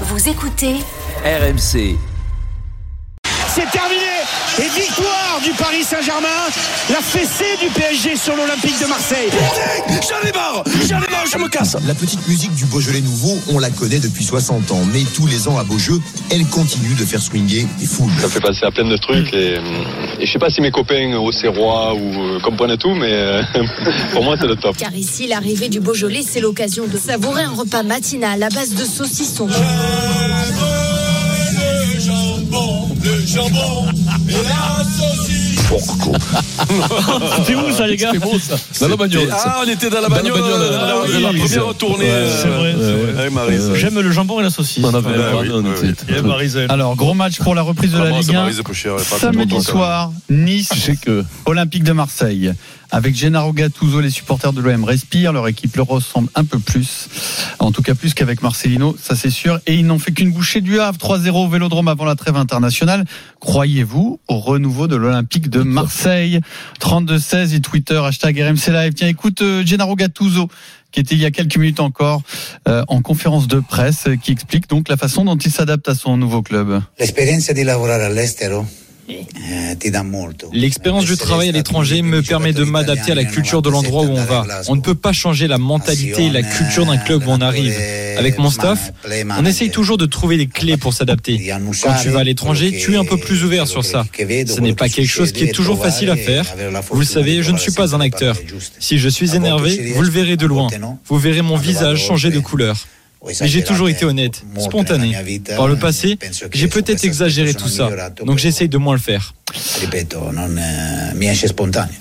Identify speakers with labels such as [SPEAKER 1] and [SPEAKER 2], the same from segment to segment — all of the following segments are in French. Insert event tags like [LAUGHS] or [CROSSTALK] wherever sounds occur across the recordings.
[SPEAKER 1] Vous écoutez
[SPEAKER 2] RMC.
[SPEAKER 3] C'est terminé Et victoire du Paris Saint-Germain La fessée du PSG sur l'Olympique de Marseille
[SPEAKER 4] J'en ai marre J'en ai marre, je me casse
[SPEAKER 5] La petite musique du Beaujolais nouveau, on la connaît depuis 60 ans, mais tous les ans à Beaujeu, elle continue de faire swinguer les foules.
[SPEAKER 6] Ça fait passer à plein de trucs
[SPEAKER 4] Hmm.
[SPEAKER 6] et, et je sais pas si mes copains au Serrois ou euh, comprennent tout, mais euh, [LAUGHS] pour moi c'est le top.
[SPEAKER 7] Car ici, l'arrivée du Beaujolais, c'est l'occasion de savourer un repas matinal à base de saucissons,
[SPEAKER 4] Le jambon et la saucisse
[SPEAKER 8] C'est où ça, les gars
[SPEAKER 9] Dans la bagnole.
[SPEAKER 4] Ah, on était dans la
[SPEAKER 9] Dans la
[SPEAKER 4] bagnole,
[SPEAKER 9] bagnole,
[SPEAKER 4] euh,
[SPEAKER 9] dans la
[SPEAKER 4] oui,
[SPEAKER 9] bagnole,
[SPEAKER 4] la
[SPEAKER 9] oui, c'est-
[SPEAKER 4] première tournée
[SPEAKER 9] ouais,
[SPEAKER 4] euh,
[SPEAKER 8] c'est vrai, c'est vrai.
[SPEAKER 4] avec Maryse.
[SPEAKER 8] J'aime le jambon et la saucisse.
[SPEAKER 9] On a fait
[SPEAKER 4] Ah,
[SPEAKER 9] la
[SPEAKER 4] oui,
[SPEAKER 9] pardon,
[SPEAKER 4] oui,
[SPEAKER 9] tout de suite.
[SPEAKER 8] Et Marisel.
[SPEAKER 10] Alors, gros match pour la reprise de
[SPEAKER 4] Ah,
[SPEAKER 10] la
[SPEAKER 4] mince,
[SPEAKER 10] Ligue 1.
[SPEAKER 4] Maryse est plus chère, elle est pas
[SPEAKER 10] Samedi
[SPEAKER 4] contente, hein.
[SPEAKER 10] soir,
[SPEAKER 9] Je
[SPEAKER 10] Nice,
[SPEAKER 9] sais que
[SPEAKER 10] Olympique de Marseille. Avec Gennaro Gattuso, les supporters de l'OM respirent, leur équipe leur ressemble un peu plus. En tout cas, plus qu'avec Marcelino, ça c'est sûr. Et ils n'ont fait qu'une bouchée du Havre, 3-0 au Vélodrome avant la trêve internationale. Croyez-vous au renouveau de l'Olympique de Marseille 32-16 et Twitter, hashtag RMC Live. Tiens, écoute euh, Gennaro Gattuso qui était il y a quelques minutes encore euh, en conférence de presse, euh, qui explique donc la façon dont il s'adapte à son nouveau club.
[SPEAKER 11] L'expérience du travail à l'étranger me permet de m'adapter à la culture de l'endroit où on va. On ne peut pas changer la mentalité et la culture d'un club où on arrive. Avec mon staff, on essaye toujours de trouver des clés pour s'adapter. Quand tu vas à l'étranger, tu es un peu plus ouvert sur ça. Ce n'est pas quelque chose qui est toujours facile à faire. Vous le savez, je ne suis pas un acteur. Si je suis énervé, vous le verrez de loin. Vous verrez mon visage changer de couleur. Mais j'ai toujours été honnête, spontané. Par le passé, j'ai peut-être exagéré tout ça. Donc j'essaye de moins le faire.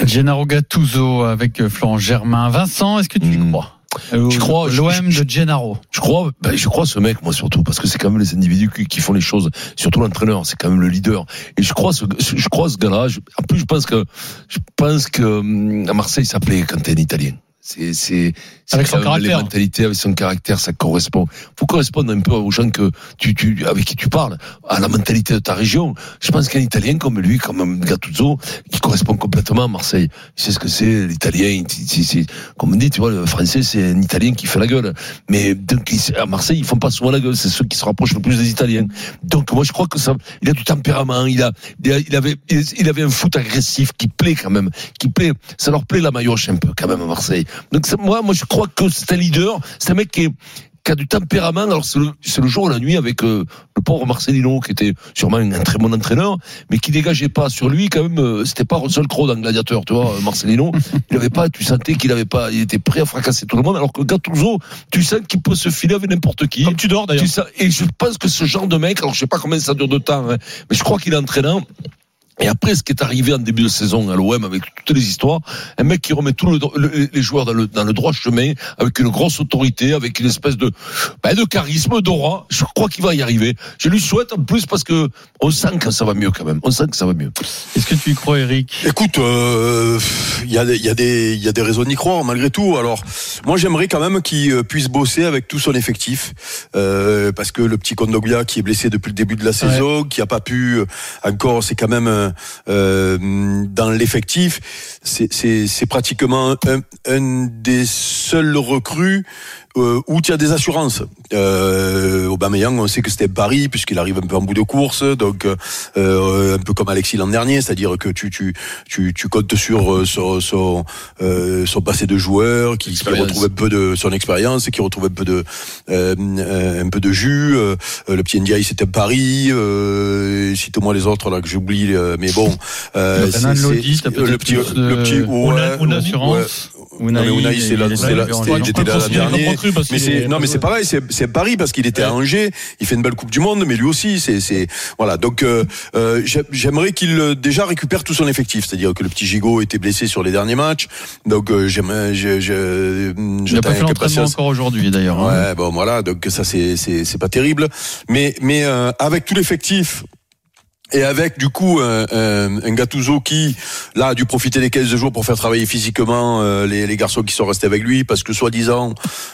[SPEAKER 10] Gennaro Gattuso avec euh, Florent Germain. Vincent, est-ce que tu y
[SPEAKER 9] Hmm.
[SPEAKER 10] crois Euh,
[SPEAKER 9] Je crois, je-
[SPEAKER 10] L'OM
[SPEAKER 9] je-
[SPEAKER 10] de Gennaro.
[SPEAKER 9] je crois, ben, je crois ce mec, moi surtout, parce que c'est quand même les individus qui, qui font les choses, surtout l'entraîneur, c'est quand même le leader. Et je crois, ce, je crois ce gars-là. je- En plus, je pense que, je pense que hum, à Marseille, il s'appelait quand t'es un Italien. C'est, c'est, c'est
[SPEAKER 8] Avec son
[SPEAKER 9] quand même les
[SPEAKER 8] caractère.
[SPEAKER 9] mentalités, avec son caractère, ça correspond. Faut correspondre un peu aux gens que tu, tu, avec qui tu parles, à la mentalité de ta région. Je pense qu'un Italien comme lui, comme un Gattuso, qui correspond complètement à Marseille. Il sait ce que c'est l'Italien. il- il- il- il- Comme on dit, tu vois, le Français, c'est un Italien qui fait la gueule. Mais donc, ils- à Marseille, ils font pas souvent la gueule. C'est ceux qui se rapprochent le plus des Italiens. Donc, moi, je crois que ça, il a du tempérament. Il a, il a- il avait, il avait un foot agressif qui plaît quand même, qui plaît. Ça leur plaît la maillotche un peu quand même à Marseille. Donc, ça, moi, moi, je crois que c'est un leader. C'est un mec qui est qui a du tempérament, alors c'est le, c'est le jour et la nuit avec euh, le pauvre Marcelino qui était sûrement un très bon entraîneur, mais qui dégageait pas sur lui quand même. euh, C'était pas Russell Crowe dans Gladiateur, tu vois, euh,
[SPEAKER 8] [LAUGHS]
[SPEAKER 9] Marcelino. Il avait pas, tu sentais qu'il avait pas, il était prêt à fracasser tout le monde. Alors que Gattuso, tu sens qu'il peut se filer avec n'importe qui.
[SPEAKER 8] Comme tu dors d'ailleurs.
[SPEAKER 9] Tu sais, et je pense que ce genre de mec, alors je sais pas combien ça dure de temps, hein, mais je crois qu'il est entraînant. Et après, ce qui est arrivé en début de saison à l'OM avec toutes les histoires, un mec qui remet tous le- le- les joueurs dans le, dans le droit chemin, avec une grosse autorité, avec une espèce de, ben, de charisme, d'aura. Je crois qu'il va y arriver. Je lui souhaite en plus parce que on sent que ça va mieux quand même. On sent que ça va mieux.
[SPEAKER 10] Est-ce que tu y crois, Eric
[SPEAKER 4] Écoute, euh, pff, il y, a des- il y, a des- il y a des raisons d'y croire malgré tout. Alors, moi j'aimerais quand même qu'il euh, puisse bosser avec tout son effectif, euh, parce que le petit Kondogbia qui est blessé depuis le début de la saison, qui a pas pu euh, encore, c'est quand même euh, euh, dans l'effectif, c'est- c'est c'est pratiquement un, un des seuls recrues euh, où tu as des assurances. Euh, Aubameyang, on sait que c'était Paris puisqu'il arrive un peu en bout de course, donc euh, euh, un peu comme Alexis l'an dernier, c'est-à-dire que tu tu tu, tu comptes sur euh, sur son euh, son passé de joueur, qui, qui
[SPEAKER 9] Expérience.
[SPEAKER 4] retrouve un peu de son expérience, et qui retrouve un peu de euh, euh, un peu de jus. Euh, le petit Ndiaye, c'était Paris. Euh, Cite-moi les autres là que j'oublie, euh, mais bon. Euh,
[SPEAKER 10] Le
[SPEAKER 4] c'est-
[SPEAKER 10] Renan
[SPEAKER 4] c'est-
[SPEAKER 10] Lodi, t'as peut-être
[SPEAKER 4] le petit
[SPEAKER 10] plus de-
[SPEAKER 4] le petit
[SPEAKER 8] Ouna-
[SPEAKER 4] ouais,
[SPEAKER 8] Ouna-
[SPEAKER 4] ouais.
[SPEAKER 10] Assurance.
[SPEAKER 4] Non, mais Unai,
[SPEAKER 10] il-
[SPEAKER 4] c'est là,
[SPEAKER 10] il est
[SPEAKER 4] c'est là,
[SPEAKER 10] pas
[SPEAKER 4] c'était- il
[SPEAKER 10] encore.
[SPEAKER 4] était là l'an
[SPEAKER 8] Parce qu'il est
[SPEAKER 4] dernier.
[SPEAKER 8] encore cru, parce
[SPEAKER 4] Mais
[SPEAKER 8] qu'il
[SPEAKER 4] c'est,
[SPEAKER 8] est-
[SPEAKER 4] non, mais c'est pareil, c'est, c'est Paris parce qu'il était à Angers. Il fait une belle Coupe du Monde, mais lui aussi, c'est, c'est, voilà. Donc, euh, euh, j'ai- j'aimerais qu'il euh, déjà récupère tout son effectif. C'est-à-dire que le petit Gigot était blessé sur les derniers matchs. Donc, euh, j'aimerais, je, je,
[SPEAKER 10] Il n'a pas
[SPEAKER 4] j'attends
[SPEAKER 10] fait
[SPEAKER 4] avec
[SPEAKER 10] l'entraînement
[SPEAKER 4] impatience.
[SPEAKER 10] encore aujourd'hui, d'ailleurs. hein.
[SPEAKER 4] Ouais, bon voilà, donc ça c'est c'est c'est pas terrible, mais mais euh, avec tout l'effectif. Et avec du coup un, un, un Gattuso qui là a dû profiter des 15 jours pour faire travailler physiquement euh, les, les garçons qui sont restés avec lui parce que soi-disant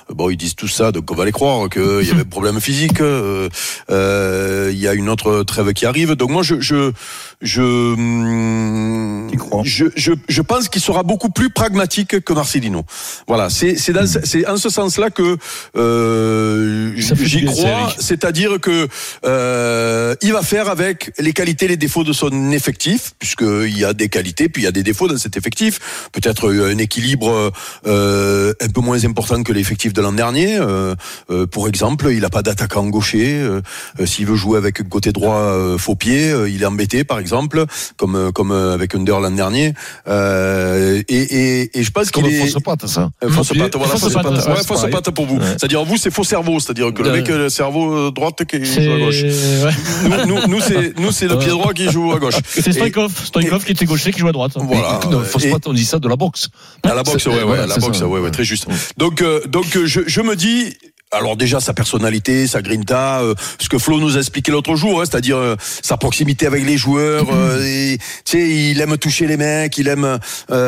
[SPEAKER 4] euh, bon ils disent tout ça donc on va les croire qu'il y
[SPEAKER 10] [LAUGHS]
[SPEAKER 4] avait un problème physique euh, euh, il y a une autre trêve qui arrive donc moi je je je hum, je, je, je pense qu'il sera beaucoup plus pragmatique que Marcelino voilà c'est c'est dans ce- c'est en ce sens là que euh,
[SPEAKER 9] Ça fait du
[SPEAKER 4] j'y
[SPEAKER 9] bien, c'est
[SPEAKER 4] crois
[SPEAKER 9] Eric.
[SPEAKER 4] Hein, c'est-à-dire que euh, il va faire avec les qualités, les défauts de son effectif, puisqu'il y a des qualités, puis il y a des défauts dans cet effectif. Peut-être euh, un équilibre euh, un peu moins important que l'effectif de l'an dernier. Euh, euh, pour exemple, il n'a pas d'attaquant gaucher. Euh, euh, S'il veut jouer avec côté droit euh, faux pied, euh, il est embêté, par exemple, comme euh, comme euh, avec Under l'an dernier. Euh, et, et, et je pense
[SPEAKER 9] Comme
[SPEAKER 4] qu'il est
[SPEAKER 9] fausse patte, ça.
[SPEAKER 4] euh, Fausse
[SPEAKER 8] Puis,
[SPEAKER 4] patte, voilà,
[SPEAKER 8] fausse
[SPEAKER 4] fausse
[SPEAKER 8] patte,
[SPEAKER 4] patte.
[SPEAKER 8] ouais,
[SPEAKER 4] Ouais,
[SPEAKER 8] c'est
[SPEAKER 4] fausse
[SPEAKER 8] pareil.
[SPEAKER 4] patte pour vous.
[SPEAKER 8] Ouais.
[SPEAKER 4] C'est-à-dire, vous, c'est faux cerveau. C'est-à-dire que le
[SPEAKER 8] Ouais.
[SPEAKER 4] mec, euh, le cerveau euh, droite qui joue à
[SPEAKER 8] C'est
[SPEAKER 4] gauche.
[SPEAKER 8] ouais.
[SPEAKER 4] Nous, nous, nous, c'est, nous, c'est le
[SPEAKER 8] Ouais.
[SPEAKER 4] pied droit qui joue à gauche.
[SPEAKER 8] C'est Stoïkov, Stoïkov qui était gaucher, qui joue à droite.
[SPEAKER 4] Voilà.
[SPEAKER 9] Non, fausse
[SPEAKER 4] Et-
[SPEAKER 9] patte, on dit ça de la boxe.
[SPEAKER 4] à la boxe,
[SPEAKER 9] C'est-
[SPEAKER 4] ouais, ouais,
[SPEAKER 9] voilà,
[SPEAKER 4] à la
[SPEAKER 9] c'est
[SPEAKER 4] boxe,
[SPEAKER 9] ça.
[SPEAKER 4] ouais, ouais, très juste. Donc, euh, donc, euh, je, je me dis. Alors déjà sa personnalité, sa grinta, euh, ce que Flo nous a expliqué l'autre jour, hein, c'est-à-dire euh, sa proximité avec les joueurs, euh, et, tu sais, il aime toucher les mecs, il aime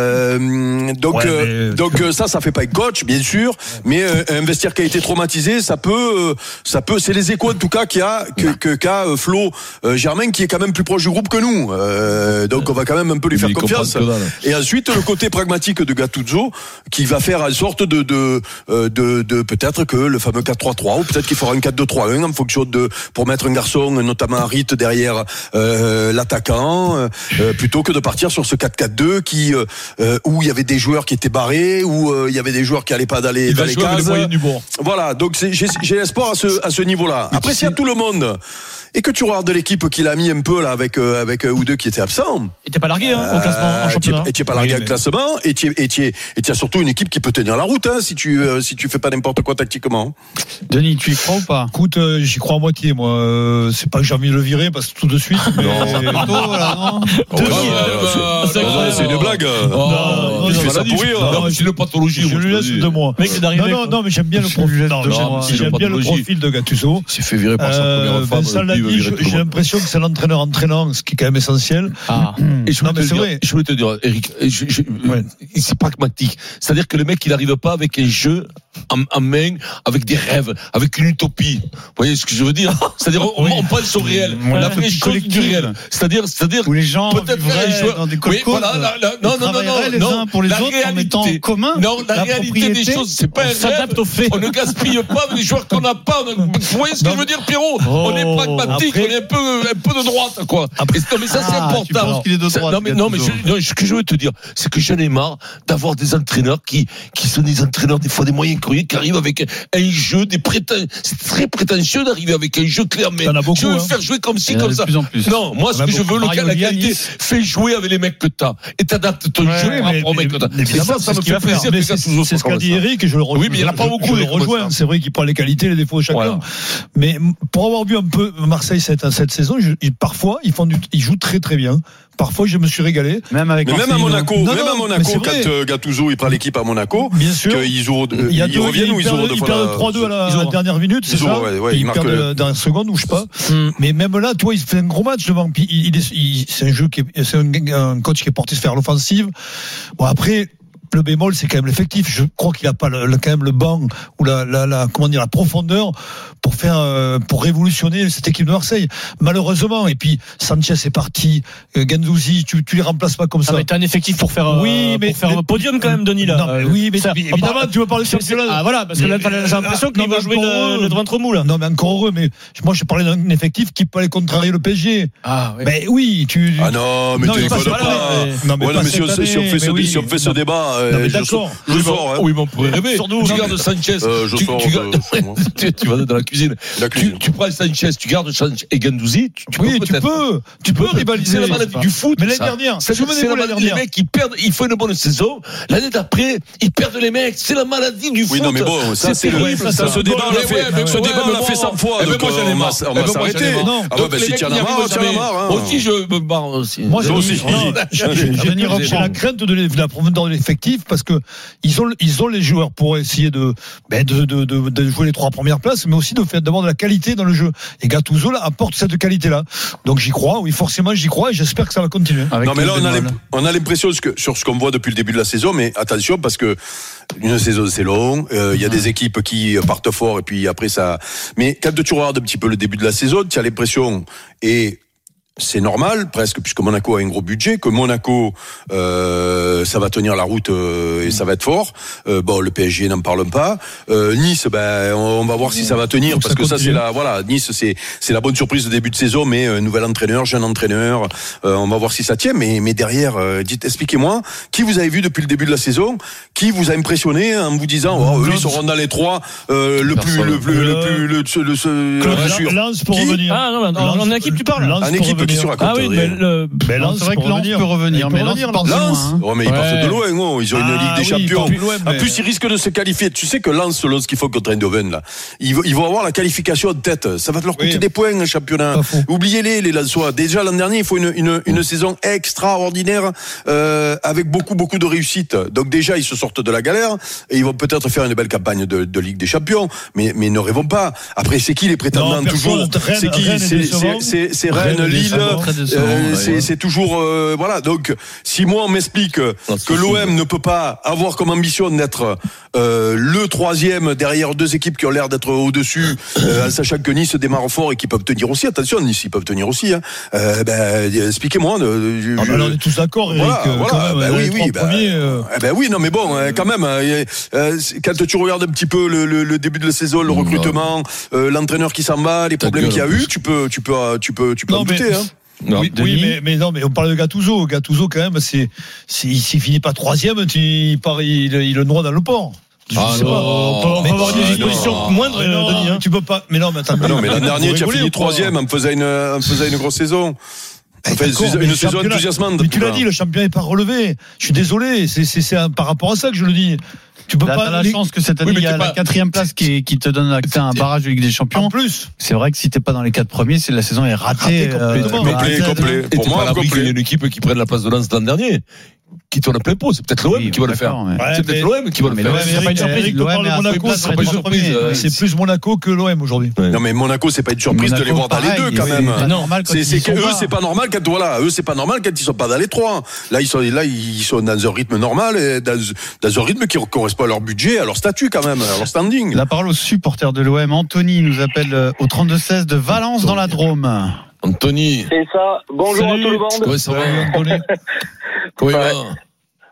[SPEAKER 4] euh, donc
[SPEAKER 8] Ouais,
[SPEAKER 4] euh,
[SPEAKER 8] mais-
[SPEAKER 4] donc euh, ça ça fait pas être coach bien sûr, mais euh, un vestiaire qui a été traumatisé, ça peut euh, ça peut c'est les échos en tout cas qu'il y a que, que qu'a euh, Flo euh, Germain qui est quand même plus proche du groupe que nous, Euh, donc on va quand même un peu lui
[SPEAKER 9] Il
[SPEAKER 4] faire
[SPEAKER 9] comprend
[SPEAKER 4] confiance.
[SPEAKER 9] que dalle.
[SPEAKER 4] Et ensuite, le côté pragmatique de Gattuso, qui va faire en sorte de, de, euh, de, de peut-être que le fameux 4-3-3, ou peut-être qu'il fera un 4-2-3-1 en fonction de, pour mettre un garçon, notamment un rite derrière euh, l'attaquant, euh, euh, plutôt que de partir sur ce 4-4-2 qui, euh, euh, où il y avait des joueurs qui étaient barrés, où euh, il y avait des joueurs qui allaient pas d'aller
[SPEAKER 8] Il
[SPEAKER 4] dans
[SPEAKER 8] va
[SPEAKER 4] les
[SPEAKER 8] jouer avec
[SPEAKER 4] cases.
[SPEAKER 8] le moyen du bord.
[SPEAKER 4] Voilà, donc c'est- j'ai j'ai l'espoir à ce, à ce niveau-là. Après, s'il y a tout le monde, et que tu regardes l'équipe qu'il a mis un peu là avec, euh, avec un ou deux qui étaient absents,
[SPEAKER 8] Il était pas largué hein, au
[SPEAKER 1] Ah,
[SPEAKER 8] classement,
[SPEAKER 4] euh,
[SPEAKER 8] en
[SPEAKER 4] et tu es-
[SPEAKER 8] championnat.
[SPEAKER 4] Et tu n'es pas largué
[SPEAKER 8] Oui,
[SPEAKER 4] à
[SPEAKER 8] mais-
[SPEAKER 4] classement, et tu es- et tu es- et tu as surtout une équipe qui peut tenir la route hein, si tu euh, si tu fais pas n'importe quoi tactiquement.
[SPEAKER 10] Denis, tu y crois ou pas
[SPEAKER 1] Écoute, euh, j'y crois à moitié, moi. Euh, c'est pas que j'ai envie de le virer, parce que tout de suite.
[SPEAKER 10] Ah,
[SPEAKER 1] mais-
[SPEAKER 10] Plutôt, voilà, non
[SPEAKER 1] Oh,
[SPEAKER 8] Denis, euh, bah, c'est incroyable.
[SPEAKER 1] non,
[SPEAKER 4] il
[SPEAKER 1] non,
[SPEAKER 4] fait Oh, ça
[SPEAKER 1] maladie,
[SPEAKER 4] pour rire.
[SPEAKER 1] Non, mais j'ai le pathologie. Je moi, lui je te laisse dis. deux mois.
[SPEAKER 8] Mec, c'est
[SPEAKER 1] Non,
[SPEAKER 8] d'arriver.
[SPEAKER 1] non,
[SPEAKER 8] quoi.
[SPEAKER 1] non, mais j'aime bien le Je lui profil. laisse Non, deux j'aime- mois. si J'aime le bien le pathologie. profil de Gattuso.
[SPEAKER 9] Il s'est fait virer par sa
[SPEAKER 1] Euh,
[SPEAKER 9] première femme.
[SPEAKER 1] Vincent
[SPEAKER 9] et
[SPEAKER 1] l'a puis il veut dit,
[SPEAKER 9] virer
[SPEAKER 1] je-
[SPEAKER 9] tout le
[SPEAKER 1] j'ai
[SPEAKER 9] monde.
[SPEAKER 1] l'impression que c'est l'entraîneur entraînant, ce qui est quand même essentiel. [CLEARS THROAT]
[SPEAKER 8] Ah.
[SPEAKER 9] Et je
[SPEAKER 1] Non, mais
[SPEAKER 9] voulais, te
[SPEAKER 1] c'est
[SPEAKER 9] dire,
[SPEAKER 1] vrai.
[SPEAKER 9] je voulais te dire, Eric, je, je,
[SPEAKER 1] Ouais.
[SPEAKER 9] c'est pragmatique. C'est-à-dire que le mec, il n'arrive pas avec un jeu en, en main, avec des rêves, avec une utopie. Vous voyez ce que je veux dire [LAUGHS] C'est-à-dire, on, on pense au réel, on
[SPEAKER 10] Ouais.
[SPEAKER 9] a fait les choses du
[SPEAKER 10] Collective.
[SPEAKER 9] réel. C'est-à-dire, c'est-à-dire,
[SPEAKER 10] Où les gens
[SPEAKER 9] peut-être
[SPEAKER 10] vivraient
[SPEAKER 9] les joueurs-
[SPEAKER 10] dans des
[SPEAKER 9] Oui,
[SPEAKER 10] cocos, euh,
[SPEAKER 9] voilà, la- la- non, non, non, non,
[SPEAKER 10] les
[SPEAKER 9] non,
[SPEAKER 10] uns pour les
[SPEAKER 9] la
[SPEAKER 10] autres en
[SPEAKER 9] réalité.
[SPEAKER 10] mettant en commun
[SPEAKER 9] Non, la, réalité des
[SPEAKER 10] propriété.
[SPEAKER 9] choses, c'est pas un
[SPEAKER 8] On
[SPEAKER 9] rêve.
[SPEAKER 8] s'adapte aux faits.
[SPEAKER 9] On ne gaspille pas avec des joueurs qu'on n'a pas. On a- Vous voyez ce que je veux dire, Pierrot On est
[SPEAKER 1] Oh,
[SPEAKER 9] pragmatique,
[SPEAKER 1] après-
[SPEAKER 9] on est un peu, un peu de droite, quoi. Et- non, mais ça, c'est
[SPEAKER 10] Ah,
[SPEAKER 9] important.
[SPEAKER 10] tu penses qu'il est de
[SPEAKER 9] Ça-
[SPEAKER 10] droite,
[SPEAKER 9] Non, mais, non, mais
[SPEAKER 10] Gattuso.
[SPEAKER 9] je- non, ce que je veux te dire, c'est que j'en ai marre d'avoir des entraîneurs qui, qui sont des entraîneurs, des fois des moyens curieux, qui arrivent avec un jeu, des prétentieux. C'est très prétentieux d'arriver avec un jeu clair, mais
[SPEAKER 1] T'en as beaucoup,
[SPEAKER 9] je veux
[SPEAKER 1] hein.
[SPEAKER 9] faire jouer comme
[SPEAKER 10] Il
[SPEAKER 9] ci,
[SPEAKER 10] y en a
[SPEAKER 9] comme
[SPEAKER 10] de
[SPEAKER 9] ça.
[SPEAKER 10] plus en plus.
[SPEAKER 9] Non, moi, ce
[SPEAKER 1] On a
[SPEAKER 9] que je
[SPEAKER 1] beaucoup.
[SPEAKER 9] veux, le
[SPEAKER 1] Mario
[SPEAKER 9] la
[SPEAKER 1] Lianis.
[SPEAKER 9] qualité, fais jouer avec les mecs que t'as. Et t'adaptes ton jeu
[SPEAKER 1] Ouais,
[SPEAKER 9] par
[SPEAKER 1] mais-
[SPEAKER 9] rapport aux mecs que t'as.
[SPEAKER 1] mais-
[SPEAKER 9] Et
[SPEAKER 1] évidemment,
[SPEAKER 9] ça, ça
[SPEAKER 1] c'est
[SPEAKER 9] me
[SPEAKER 1] ce qu'il
[SPEAKER 9] fait
[SPEAKER 1] va faire.
[SPEAKER 9] plaisir.
[SPEAKER 1] Mais
[SPEAKER 9] que
[SPEAKER 1] c'est
[SPEAKER 9] Gattuso
[SPEAKER 1] c'est ce
[SPEAKER 9] soit
[SPEAKER 1] qu'a
[SPEAKER 9] comme
[SPEAKER 1] dit
[SPEAKER 9] ça.
[SPEAKER 1] Eric, et je le rejoins.
[SPEAKER 9] Oui, mais il y en a pas
[SPEAKER 1] Je-
[SPEAKER 9] beaucoup,
[SPEAKER 1] Je
[SPEAKER 9] des
[SPEAKER 1] le
[SPEAKER 9] comme
[SPEAKER 1] rejoins,
[SPEAKER 9] ça.
[SPEAKER 1] c'est vrai qu'il prend les qualités et les défauts de chacun.
[SPEAKER 9] Voilà.
[SPEAKER 1] Mais pour avoir vu un peu Marseille cette, cette saison, je- ils- parfois, ils, font du- ils jouent très très bien. Parfois, je me suis régalé.
[SPEAKER 10] Même avec
[SPEAKER 4] Mais même à
[SPEAKER 1] Marcelino.
[SPEAKER 4] Monaco,
[SPEAKER 1] Non,
[SPEAKER 4] même
[SPEAKER 1] non,
[SPEAKER 4] à
[SPEAKER 1] mais
[SPEAKER 4] Monaco,
[SPEAKER 1] c'est
[SPEAKER 4] quand
[SPEAKER 1] vrai.
[SPEAKER 4] euh, Gattuso il prend l'équipe à
[SPEAKER 9] Oh,
[SPEAKER 4] Monaco,
[SPEAKER 1] Bien sûr.
[SPEAKER 4] qu'ils ouvrent,
[SPEAKER 1] Il y a
[SPEAKER 4] ils
[SPEAKER 1] deux,
[SPEAKER 4] reviennent ou
[SPEAKER 1] ils
[SPEAKER 4] ils ouvrent
[SPEAKER 1] perdent,
[SPEAKER 4] deux
[SPEAKER 1] ils
[SPEAKER 4] fois
[SPEAKER 1] perdent
[SPEAKER 4] la-
[SPEAKER 1] 3-2 à la,
[SPEAKER 8] Ils
[SPEAKER 1] la
[SPEAKER 8] ouvrent.
[SPEAKER 1] dernière minute, c'est
[SPEAKER 4] Ils
[SPEAKER 1] ça
[SPEAKER 4] ouvrent, ouais, ouais, ils
[SPEAKER 1] Ils
[SPEAKER 4] marquent
[SPEAKER 1] perdent
[SPEAKER 4] le-
[SPEAKER 1] la dernière seconde ou je sais pas.
[SPEAKER 8] Hmm.
[SPEAKER 1] Mais même là, tu vois, il fait un gros match devant. Puis il- il est- il- c'est un jeu qui est- c'est un, un coach qui est porté vers l'offensive. Bon après. Le bémol, c'est quand même l'effectif. Je crois qu'il n'a pas le, le- quand même le banc ou la, la, la- comment dire la profondeur pour faire euh, pour révolutionner cette équipe de Marseille. Malheureusement, et puis Sanchez est parti, euh, Gendouzi, tu tu les remplaces pas comme
[SPEAKER 4] Ah,
[SPEAKER 8] Ça
[SPEAKER 1] ça.
[SPEAKER 8] mais t'as un effectif pour faire, euh,
[SPEAKER 1] Oui, mais-
[SPEAKER 8] pour faire
[SPEAKER 1] mais-
[SPEAKER 8] un podium quand même, Denis, là.
[SPEAKER 1] Non, mais
[SPEAKER 8] Euh,
[SPEAKER 1] oui, mais
[SPEAKER 8] ça-
[SPEAKER 1] mais
[SPEAKER 8] on
[SPEAKER 1] évidemment,
[SPEAKER 8] parle-
[SPEAKER 1] tu veux parler de
[SPEAKER 8] C'est-
[SPEAKER 1] championnat.
[SPEAKER 8] Ah voilà, parce que là, t'as- j'ai l'impression
[SPEAKER 1] Ah,
[SPEAKER 8] qu'il
[SPEAKER 1] non,
[SPEAKER 8] va
[SPEAKER 1] mais
[SPEAKER 8] jouer
[SPEAKER 1] encore
[SPEAKER 8] le,
[SPEAKER 1] heureux.
[SPEAKER 8] le ventre mou, là.
[SPEAKER 1] Non, mais encore heureux, mais je- moi je parlais d'un effectif qui peut aller contrarier le PSG.
[SPEAKER 8] Ah, oui.
[SPEAKER 1] Ben oui, tu.
[SPEAKER 4] Ah non, mais
[SPEAKER 1] Non,
[SPEAKER 4] tu
[SPEAKER 1] mais pas
[SPEAKER 4] déconnes
[SPEAKER 1] cette
[SPEAKER 4] pas.
[SPEAKER 1] année, mais-
[SPEAKER 9] Ah,
[SPEAKER 1] non, mais
[SPEAKER 4] Ouais,
[SPEAKER 1] pas
[SPEAKER 4] non, mais si on
[SPEAKER 1] cette
[SPEAKER 4] si on
[SPEAKER 1] année,
[SPEAKER 4] fait ce
[SPEAKER 1] mais
[SPEAKER 4] dé-
[SPEAKER 1] oui.
[SPEAKER 4] si on fait ce
[SPEAKER 1] Non,
[SPEAKER 4] débat, euh,
[SPEAKER 1] non, mais
[SPEAKER 4] je
[SPEAKER 1] d'accord.
[SPEAKER 4] sors- je sors. hein.
[SPEAKER 9] Eh Oui, mais on pourrait rêver.
[SPEAKER 8] Sur nous,
[SPEAKER 9] tu
[SPEAKER 8] hein.
[SPEAKER 9] gardes Sanchez.
[SPEAKER 4] Euh, je
[SPEAKER 9] tu,
[SPEAKER 4] sors
[SPEAKER 9] tu
[SPEAKER 4] de-
[SPEAKER 9] gardes-
[SPEAKER 4] chez moi.
[SPEAKER 9] [LAUGHS] tu, tu vas dans la cuisine.
[SPEAKER 4] La
[SPEAKER 9] Tu,
[SPEAKER 4] cuisine.
[SPEAKER 9] tu prends Sanchez, tu gardes Sanchez et Gendouzi. Tu, tu
[SPEAKER 1] oui,
[SPEAKER 9] peux
[SPEAKER 1] tu
[SPEAKER 9] peut-être-
[SPEAKER 1] peux, tu peux rivaliser.
[SPEAKER 9] C'est la maladie du foot.
[SPEAKER 1] Mais l'année
[SPEAKER 9] ça.
[SPEAKER 1] dernière,
[SPEAKER 9] c'est
[SPEAKER 1] souvenez-vous
[SPEAKER 9] c'est la
[SPEAKER 1] l'année
[SPEAKER 9] maladie des
[SPEAKER 1] dernière.
[SPEAKER 9] mecs. Ils perdent, ils font une bonne saison. L'année d'après, ils perdent les mecs. C'est la maladie du foot.
[SPEAKER 4] Oui, non, mais bon, ça, c'est le,
[SPEAKER 9] terrible,
[SPEAKER 4] ça,
[SPEAKER 9] ça.
[SPEAKER 4] ce débat, on l'a
[SPEAKER 9] Ouais,
[SPEAKER 4] fait,
[SPEAKER 9] ouais, mais
[SPEAKER 4] ce
[SPEAKER 9] ouais,
[SPEAKER 4] débat, on
[SPEAKER 9] mais
[SPEAKER 4] l'a
[SPEAKER 9] bon,
[SPEAKER 4] fait 100 fois,
[SPEAKER 9] eh ben
[SPEAKER 4] donc,
[SPEAKER 9] moi,
[SPEAKER 4] euh,
[SPEAKER 9] j'en ai
[SPEAKER 4] on
[SPEAKER 9] marre.
[SPEAKER 4] va- on
[SPEAKER 9] Eh
[SPEAKER 4] va
[SPEAKER 9] ben moi,
[SPEAKER 4] s'arrêter,
[SPEAKER 9] j'en ai
[SPEAKER 4] hein.
[SPEAKER 9] marre.
[SPEAKER 4] Ah
[SPEAKER 9] Donc,
[SPEAKER 4] ouais, bah,
[SPEAKER 9] les
[SPEAKER 4] si
[SPEAKER 9] mecs,
[SPEAKER 4] tu en
[SPEAKER 9] ils
[SPEAKER 4] as marre,
[SPEAKER 9] arrivent
[SPEAKER 4] tu en as
[SPEAKER 9] jamais.
[SPEAKER 4] marre, hein.
[SPEAKER 9] Moi aussi, je me barre aussi.
[SPEAKER 1] Moi,
[SPEAKER 4] Toi aussi.
[SPEAKER 1] Non, j'ai
[SPEAKER 4] Toi
[SPEAKER 1] j'ai-
[SPEAKER 4] aussi.
[SPEAKER 1] j'ai- j'ai- j'ai- j'ai la crainte de l'eff- de la profondeur de l'effectif. compétitif parce que ils ont, ils ont les joueurs pour essayer de, ben, de, de, de, de jouer les trois premières places, mais aussi de faire d'avoir de la qualité dans le jeu. Et Gattuso là, apporte cette qualité-là. Donc j'y crois, oui, forcément j'y crois et j'espère que ça va continuer.
[SPEAKER 4] non, mais là, on a l'imp- on a l'impression sur ce que- sur ce qu'on voit depuis le début de la saison, mais attention parce que une saison c'est long, euh, il y a des équipes qui partent fort et puis après ça. Mais quand tu regardes un petit peu le début de la saison, tu as l'impression et c'est normal presque puisque Monaco a un gros budget que Monaco euh, ça va tenir la route euh, et ça va être fort Euh, bon le PSG n'en parle pas Euh, Nice ben on, on va voir si ça va tenir parce que ça c'est la voilà Nice c'est c'est la bonne surprise de début de saison mais euh, nouvel entraîneur jeune entraîneur euh, on va voir si ça tient mais mais derrière euh, dites expliquez-moi qui vous avez vu depuis le début de la saison qui vous a impressionné en vous disant oh, eux ils seront dans les trois euh, le plus le plus le plus le, le, le-
[SPEAKER 1] Claude
[SPEAKER 4] le- sûr.
[SPEAKER 1] Lens pour
[SPEAKER 4] Qui
[SPEAKER 1] revenir.
[SPEAKER 8] Ah non, non, en équipe tu parles
[SPEAKER 1] Lens
[SPEAKER 4] En
[SPEAKER 1] pour
[SPEAKER 4] équipe,
[SPEAKER 1] revenir.
[SPEAKER 4] qui sera
[SPEAKER 8] Ah oui,
[SPEAKER 4] contre
[SPEAKER 8] mais
[SPEAKER 4] Real.
[SPEAKER 8] le-
[SPEAKER 1] Ben, Lens
[SPEAKER 10] C'est vrai
[SPEAKER 1] pour
[SPEAKER 10] que Lens
[SPEAKER 1] revenir.
[SPEAKER 10] peut revenir,
[SPEAKER 1] Il
[SPEAKER 10] mais
[SPEAKER 1] peut
[SPEAKER 10] Lens
[SPEAKER 1] revenir,
[SPEAKER 10] part
[SPEAKER 1] Lens.
[SPEAKER 10] loin, hein.
[SPEAKER 4] Oh, mais ils
[SPEAKER 8] Ouais.
[SPEAKER 4] partent de loin, gros. ils ont une
[SPEAKER 1] Ah
[SPEAKER 4] Ligue des
[SPEAKER 1] oui,
[SPEAKER 4] Champions.
[SPEAKER 1] pas plus loin,
[SPEAKER 4] En
[SPEAKER 1] mais-
[SPEAKER 4] plus, ils risquent de se qualifier. Tu sais que Lens, lorsqu'ils font contre Eindhoven, là, ils, vont- ils vont avoir la qualification en tête. Ça va leur coûter
[SPEAKER 1] Oui.
[SPEAKER 4] des points, un championnat.
[SPEAKER 1] Pas faux.
[SPEAKER 4] Oubliez-les, les Lensois. Déjà, l'an dernier, il faut une, une, une saison extraordinaire, euh, avec beaucoup, beaucoup de réussite. Donc, déjà, ils se sortent de la galère et ils vont peut-être faire une belle campagne de, de Ligue des Champions. Mais, mais ne rêvons pas. Après, c'est qui les prétendants
[SPEAKER 1] Non, personne.
[SPEAKER 4] toujours?
[SPEAKER 1] Rennes-
[SPEAKER 4] C'est qui?
[SPEAKER 1] Rennes est
[SPEAKER 4] C'est-
[SPEAKER 1] décevant.
[SPEAKER 4] c'est- C'est c'est
[SPEAKER 10] Rennes
[SPEAKER 4] Rennes,
[SPEAKER 10] est
[SPEAKER 4] Lille.
[SPEAKER 10] décevant, très décevant,
[SPEAKER 4] euh,
[SPEAKER 10] ouais,
[SPEAKER 4] c'est-
[SPEAKER 10] ouais.
[SPEAKER 4] c'est toujours euh, voilà donc si moi on m'explique euh,
[SPEAKER 9] Ah, c'est
[SPEAKER 4] que
[SPEAKER 9] fou.
[SPEAKER 4] l'OM ne peut pas avoir comme ambition d'être euh, le troisième derrière deux équipes qui ont l'air d'être au dessus euh, en sachant que Nice démarre fort et qui peuvent tenir aussi attention Nice ils peuvent tenir aussi hein. euh, ben, expliquez-moi euh, je-
[SPEAKER 1] Ah,
[SPEAKER 4] je-
[SPEAKER 1] ben, alors, on est tous d'accord, Eric.
[SPEAKER 4] Voilà,
[SPEAKER 1] euh,
[SPEAKER 4] voilà,
[SPEAKER 1] quand même,
[SPEAKER 4] bah,
[SPEAKER 1] euh,
[SPEAKER 4] oui,
[SPEAKER 1] les
[SPEAKER 4] oui,
[SPEAKER 1] trois
[SPEAKER 4] bah,
[SPEAKER 1] premiers, euh,
[SPEAKER 4] eh ben oui, non, mais bon, euh, quand même, euh, euh, c'est- quand tu regardes un petit peu le, le- le début de la saison, le
[SPEAKER 9] Non.
[SPEAKER 4] recrutement, euh, l'entraîneur qui s'en va, les
[SPEAKER 9] Ta
[SPEAKER 4] problèmes
[SPEAKER 9] gueule,
[SPEAKER 4] qu'il y a
[SPEAKER 9] en
[SPEAKER 4] eu,
[SPEAKER 9] plus.
[SPEAKER 4] tu peux, tu peux, euh, tu peux, tu peux
[SPEAKER 1] Non,
[SPEAKER 4] en
[SPEAKER 1] mais-
[SPEAKER 4] douter, hein.
[SPEAKER 9] Non,
[SPEAKER 1] oui,
[SPEAKER 9] Denis,
[SPEAKER 1] oui, mais, mais non, mais on parle de Gattuso. Gattuso, quand même, c'est, c'est, s'il finit pas troisième, tu, il part, il, il le noie dans le port. Je
[SPEAKER 9] Ah
[SPEAKER 1] sais
[SPEAKER 9] non,
[SPEAKER 1] pas. on peut- on peut
[SPEAKER 9] mais
[SPEAKER 1] avoir
[SPEAKER 9] tu-
[SPEAKER 1] des
[SPEAKER 9] ah
[SPEAKER 1] dispositions
[SPEAKER 9] non.
[SPEAKER 1] moindres,
[SPEAKER 8] Ah
[SPEAKER 1] euh,
[SPEAKER 8] non.
[SPEAKER 1] Denis, hein. Tu peux pas, mais non, mais attends.
[SPEAKER 4] Ah non, mais l'an dernier,
[SPEAKER 1] vous
[SPEAKER 4] tu as
[SPEAKER 1] rigolez ou hein.
[SPEAKER 4] fini
[SPEAKER 1] quoi
[SPEAKER 4] troisième en faisant une, en faisant une grosse saison.
[SPEAKER 1] Eh,
[SPEAKER 4] Enfin, une
[SPEAKER 1] d'accord,
[SPEAKER 4] saison-
[SPEAKER 1] mais
[SPEAKER 4] une
[SPEAKER 1] le
[SPEAKER 4] saison
[SPEAKER 1] championnat-
[SPEAKER 4] enthousiasmante.
[SPEAKER 1] Mais tu l'as
[SPEAKER 4] putain.
[SPEAKER 1] dit, le championnat n'est pas relevé. Je suis désolé, c'est, c'est, c'est un- par rapport à ça que je le dis. Tu peux
[SPEAKER 10] Là,
[SPEAKER 1] pas.
[SPEAKER 10] t'as la
[SPEAKER 1] les-
[SPEAKER 10] chance que cette année,
[SPEAKER 1] Oui, mais
[SPEAKER 10] il y a
[SPEAKER 1] t'es
[SPEAKER 10] la
[SPEAKER 1] pas-
[SPEAKER 10] quatrième place qui, qui te donne accès à un barrage de Ligue des Champions.
[SPEAKER 1] En plus.
[SPEAKER 10] C'est vrai que si t'es pas dans les quatre premiers, c'est la saison est ratée. euh,
[SPEAKER 1] Ratée complètement.
[SPEAKER 10] de A à
[SPEAKER 4] Complet,
[SPEAKER 10] Z.
[SPEAKER 4] complet.
[SPEAKER 9] Et
[SPEAKER 4] Pour
[SPEAKER 9] t'es pas à
[SPEAKER 4] moi,
[SPEAKER 9] l'abri qu'il y ait
[SPEAKER 4] complet.
[SPEAKER 9] une équipe qui prenne la place de Lens l'an dernier, qui tourne à plein pot. C'est peut-être l'OM
[SPEAKER 10] Oui,
[SPEAKER 9] qui va le faire.
[SPEAKER 10] d'accord, mais-
[SPEAKER 1] Ouais,
[SPEAKER 9] C'est peut-être
[SPEAKER 1] mais-
[SPEAKER 9] l'OM qui va le
[SPEAKER 10] Mais
[SPEAKER 9] faire.
[SPEAKER 10] l'OM,
[SPEAKER 1] c'est pas une surprise.
[SPEAKER 10] l'OM
[SPEAKER 1] Quand on parle
[SPEAKER 10] est
[SPEAKER 1] de
[SPEAKER 10] à
[SPEAKER 1] Monaco,
[SPEAKER 10] cinq
[SPEAKER 1] c'est
[SPEAKER 10] places,
[SPEAKER 1] pas une
[SPEAKER 10] c'est
[SPEAKER 1] surprise.
[SPEAKER 10] premier, oui.
[SPEAKER 1] C'est plus Monaco que l'OM aujourd'hui.
[SPEAKER 9] Ouais.
[SPEAKER 4] Non, mais Monaco, c'est pas une surprise de les
[SPEAKER 10] Monaco,
[SPEAKER 4] voir dans les
[SPEAKER 10] pareil,
[SPEAKER 4] deux, quand
[SPEAKER 10] oui,
[SPEAKER 4] même.
[SPEAKER 10] Ah, pas normal quand
[SPEAKER 4] C'est,
[SPEAKER 10] ils
[SPEAKER 4] c'est
[SPEAKER 10] y
[SPEAKER 4] que
[SPEAKER 10] sont
[SPEAKER 4] eux,
[SPEAKER 10] pas.
[SPEAKER 4] c'est pas normal quand, voilà, eux, c'est pas normal quand ils sont pas dans les trois. Là, ils sont, là, ils sont dans un rythme normal, et dans, dans un rythme qui correspond à leur budget, à leur statut, quand même, à leur standing.
[SPEAKER 10] La parole aux supporters de l'OM. Anthony nous appelle euh, au 32-16 de Valence dans la Drôme.
[SPEAKER 9] Anthony,
[SPEAKER 2] C'est ça. Bonjour
[SPEAKER 8] Salut.
[SPEAKER 2] à tout le monde.
[SPEAKER 9] comment ça va Comment il va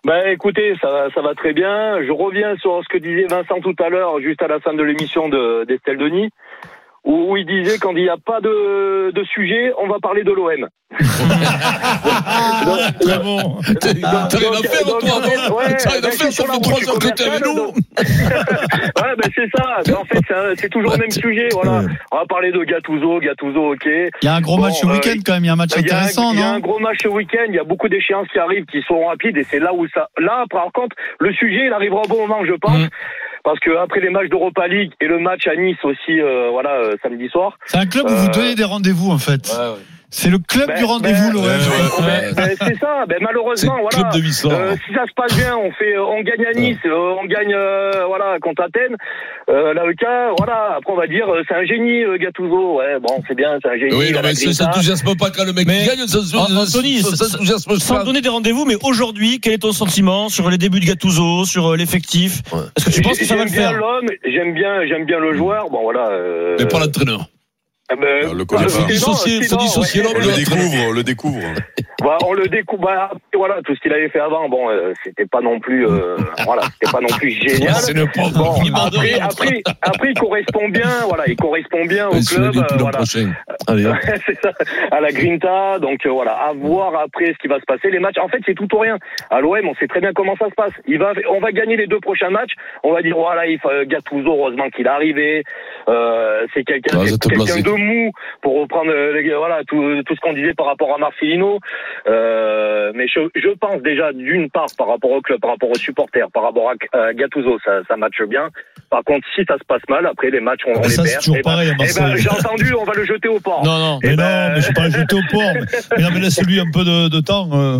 [SPEAKER 2] Bah écoutez, ça, va- ça va très bien. Je reviens sur ce que disait Vincent tout à l'heure, juste à la fin de l'émission de- d'Estelle Denis, où, où il disait quand il n'y a pas de, de sujet, on va parler de l'OM.
[SPEAKER 1] Très bon.
[SPEAKER 9] T'as t'as rien à faire, toi, avant T'as rien à faire, ça fait trois heures que t'es avec nous
[SPEAKER 2] ouais, ben c'est ça. Mais en fait, c'est un- c'est toujours le même sujet. Voilà. On va parler de Gattuso, Gattuso, ok.
[SPEAKER 10] Il y a un gros
[SPEAKER 2] Bon,
[SPEAKER 10] match ce
[SPEAKER 2] euh,
[SPEAKER 10] week-end quand même. Il y a un match
[SPEAKER 2] Il y, a un,
[SPEAKER 10] intéressant,
[SPEAKER 2] il y a un
[SPEAKER 10] non
[SPEAKER 2] gros match ce week-end, il y a beaucoup d'échéances qui arrivent, qui sont rapides, et c'est là où ça. Là, par contre, le sujet, il arrivera au bon moment, je pense, parce que après les matchs d'Europa League et le match à Nice aussi, euh, voilà, euh, samedi soir.
[SPEAKER 10] C'est un club où vous
[SPEAKER 2] Euh,
[SPEAKER 10] donnez des rendez-vous en fait. C'est le club
[SPEAKER 2] ben,
[SPEAKER 10] du rendez-vous,
[SPEAKER 2] ben,
[SPEAKER 10] l'OM.
[SPEAKER 2] Ben,
[SPEAKER 9] ouais.
[SPEAKER 2] ben, c'est ça, ben,
[SPEAKER 9] C'est
[SPEAKER 2] malheureusement,
[SPEAKER 9] le
[SPEAKER 2] voilà.
[SPEAKER 9] club de Vissor.
[SPEAKER 2] Euh, si ça se passe bien, on fait, euh, on gagne à Nice, euh, on gagne, euh, voilà, contre Athènes, euh, l'AEK, voilà. Après, on va dire, euh, c'est un génie, euh, Gattuso. Ouais, bon, c'est bien, c'est un génie.
[SPEAKER 9] Oui,
[SPEAKER 2] il
[SPEAKER 9] non,
[SPEAKER 2] a la
[SPEAKER 9] mais ça
[SPEAKER 2] grinta.
[SPEAKER 9] s'enthousiasme pas quand le mec
[SPEAKER 8] Mais-
[SPEAKER 9] gagne, ça
[SPEAKER 8] Ah, Anthony,
[SPEAKER 9] ça- ça
[SPEAKER 8] ça-
[SPEAKER 9] s'enthousiasme
[SPEAKER 8] Sans
[SPEAKER 9] pas.
[SPEAKER 8] donner des rendez-vous, mais aujourd'hui, quel est ton sentiment sur les débuts de Gattuso, sur euh, l'effectif
[SPEAKER 9] Ouais.
[SPEAKER 8] Est-ce que tu penses que ça va le
[SPEAKER 2] J'aime bien
[SPEAKER 8] faire
[SPEAKER 2] l'homme, j'aime bien, j'aime bien le joueur. Bon voilà. euh,
[SPEAKER 9] Mais pas l'entraîneur.
[SPEAKER 2] eh ben,
[SPEAKER 4] Ah, le
[SPEAKER 2] bah,
[SPEAKER 4] connaît pas.
[SPEAKER 2] sinon,
[SPEAKER 9] Dissocier- faut
[SPEAKER 2] sinon,
[SPEAKER 9] dissocier
[SPEAKER 2] ouais,
[SPEAKER 9] l'homme
[SPEAKER 4] On
[SPEAKER 9] de
[SPEAKER 4] le
[SPEAKER 9] l'entraîneur.
[SPEAKER 4] découvre, on le découvre.
[SPEAKER 2] bah, on le découvre. bah, voilà, tout ce qu'il avait fait avant, bon, euh, c'était pas non plus, euh, voilà, c'était pas non plus génial.
[SPEAKER 9] C'est le
[SPEAKER 2] Bon,
[SPEAKER 9] pauvre.
[SPEAKER 2] après, après, après, il correspond bien, voilà, il correspond bien au
[SPEAKER 9] Ouais, Je le
[SPEAKER 2] club,
[SPEAKER 9] dis
[SPEAKER 2] euh,
[SPEAKER 9] plus l'an
[SPEAKER 2] voilà,
[SPEAKER 9] prochain. Allez, hop.
[SPEAKER 2] [LAUGHS] c'est ça, à la Grinta. Donc euh, voilà, à voir après ce qui va se passer. Les matchs, en fait, c'est tout ou rien. À l'OM, on sait très bien comment ça se passe. Il va, on va gagner les deux prochains matchs. On va dire voilà, il faut- Gattuso, heureusement qu'il est arrivé. Euh, c'est quelqu'un,
[SPEAKER 9] Ah,
[SPEAKER 2] c'est
[SPEAKER 9] vous êtes
[SPEAKER 2] quelqu'un
[SPEAKER 9] blasé.
[SPEAKER 2] de mou pour reprendre euh, les- voilà tout, tout ce qu'on disait par rapport à Marcelino. Euh, mais je, je pense déjà d'une part par rapport au club, par rapport aux supporters, par rapport à, à Gattuso, ça, ça matche bien. Par contre, si ça se passe mal, après les matchs, on, on
[SPEAKER 1] Ah, Mais
[SPEAKER 2] les
[SPEAKER 1] ça, c'est
[SPEAKER 2] perd.
[SPEAKER 1] toujours
[SPEAKER 2] Eh ben,
[SPEAKER 1] pareil hein, à
[SPEAKER 2] eh ben,
[SPEAKER 1] Marseille.
[SPEAKER 2] j'ai entendu, on va le jeter au port.
[SPEAKER 1] Non, non,
[SPEAKER 2] Eh
[SPEAKER 1] mais
[SPEAKER 2] ben-
[SPEAKER 1] non, mais je pas jeté au port. Mais, mais non, mais laisse-lui un peu de, de temps. euh,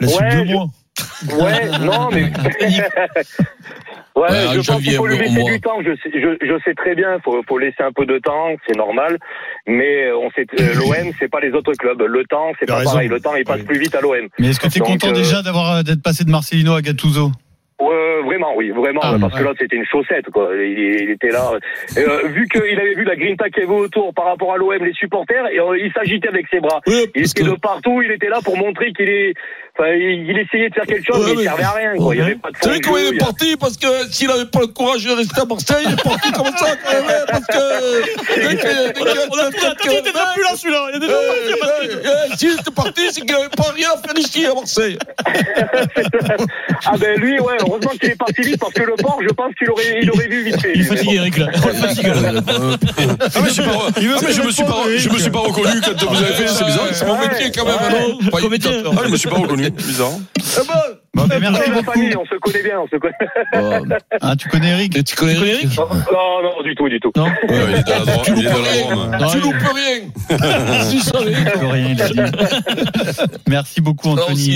[SPEAKER 1] laisse-lui
[SPEAKER 2] Ouais,
[SPEAKER 1] deux
[SPEAKER 2] je-
[SPEAKER 1] mois.
[SPEAKER 9] [LAUGHS]
[SPEAKER 2] Ouais, non, mais. ouais,
[SPEAKER 9] Ouais, en
[SPEAKER 2] je pense
[SPEAKER 9] janvier,
[SPEAKER 2] qu'il faut lui
[SPEAKER 9] au
[SPEAKER 2] laisser
[SPEAKER 9] moins.
[SPEAKER 2] du temps. Je sais, je, je sais très bien, faut, faut laisser un peu de temps, c'est normal. Mais on sait, euh, l'OM, c'est pas les autres clubs. Le temps, c'est
[SPEAKER 10] T'as
[SPEAKER 2] pas
[SPEAKER 10] raison.
[SPEAKER 2] pareil. Le temps, il passe plus vite à l'OM.
[SPEAKER 10] Mais est-ce que tu es
[SPEAKER 2] Donc,
[SPEAKER 10] content
[SPEAKER 2] euh,
[SPEAKER 10] déjà d'avoir euh, d'être passé de Marcelino à Gattuso
[SPEAKER 2] Ouais, vraiment, oui, vraiment,
[SPEAKER 10] Ah,
[SPEAKER 2] parce
[SPEAKER 10] ouais.
[SPEAKER 2] que là c'était une chaussette, quoi. Il, il était là, Euh, vu qu'il avait vu la grinta qu'il y avait autour par rapport à l'OM, les supporters, et, euh, il s'agitait avec ses bras. il était de partout, il était là pour montrer qu'il est, enfin, il il essayait de faire quelque chose, mais il servait à rien, quoi. Il y avait pas de
[SPEAKER 9] Vous
[SPEAKER 2] fond
[SPEAKER 9] savez
[SPEAKER 2] de
[SPEAKER 9] comment
[SPEAKER 2] jeu,
[SPEAKER 9] il
[SPEAKER 2] il
[SPEAKER 9] est
[SPEAKER 2] y a-
[SPEAKER 9] parti Parce que s'il n'avait pas le courage de rester à Marseille, il est parti comme ça. quand même, hein, Parce que. dès que- dès que-
[SPEAKER 8] On a tout attendu, il était déjà plus là celui-là. Il est déjà parti à Madrid.
[SPEAKER 9] Eh, eh, S'il était parti, c'est qu'il n'avait pas rien à faire ici à Marseille.
[SPEAKER 2] Ah ben lui, ouais, heureusement qu'il est parti vite parce que le port, je pense qu'il aurait, il aurait vu vite fait.
[SPEAKER 8] Il est fatigué, Eric, là. Il est fatigué, là.
[SPEAKER 4] [LAUGHS] Ah, mais je suis pas- ah, mais je me suis pas, je me suis pas reconnu quand vous avez fait, c'est bizarre. C'est mon métier quand même. non Pas- Ah, je me suis pas reconnu, bizarre.
[SPEAKER 10] Bon, mais merci
[SPEAKER 2] la
[SPEAKER 10] beaucoup.
[SPEAKER 2] famille, on se connaît bien, on se connaît.
[SPEAKER 10] Ah, tu connais Eric
[SPEAKER 9] Tu connais Eric
[SPEAKER 2] Non, non, du tout, du tout.
[SPEAKER 4] Ouais, il est dans la droite, il est dans la Drôme.
[SPEAKER 10] Ah,
[SPEAKER 9] Tu loupes rien.
[SPEAKER 10] Rien, il a dit. Merci beaucoup,
[SPEAKER 9] Alors,
[SPEAKER 10] Anthony.
[SPEAKER 9] si-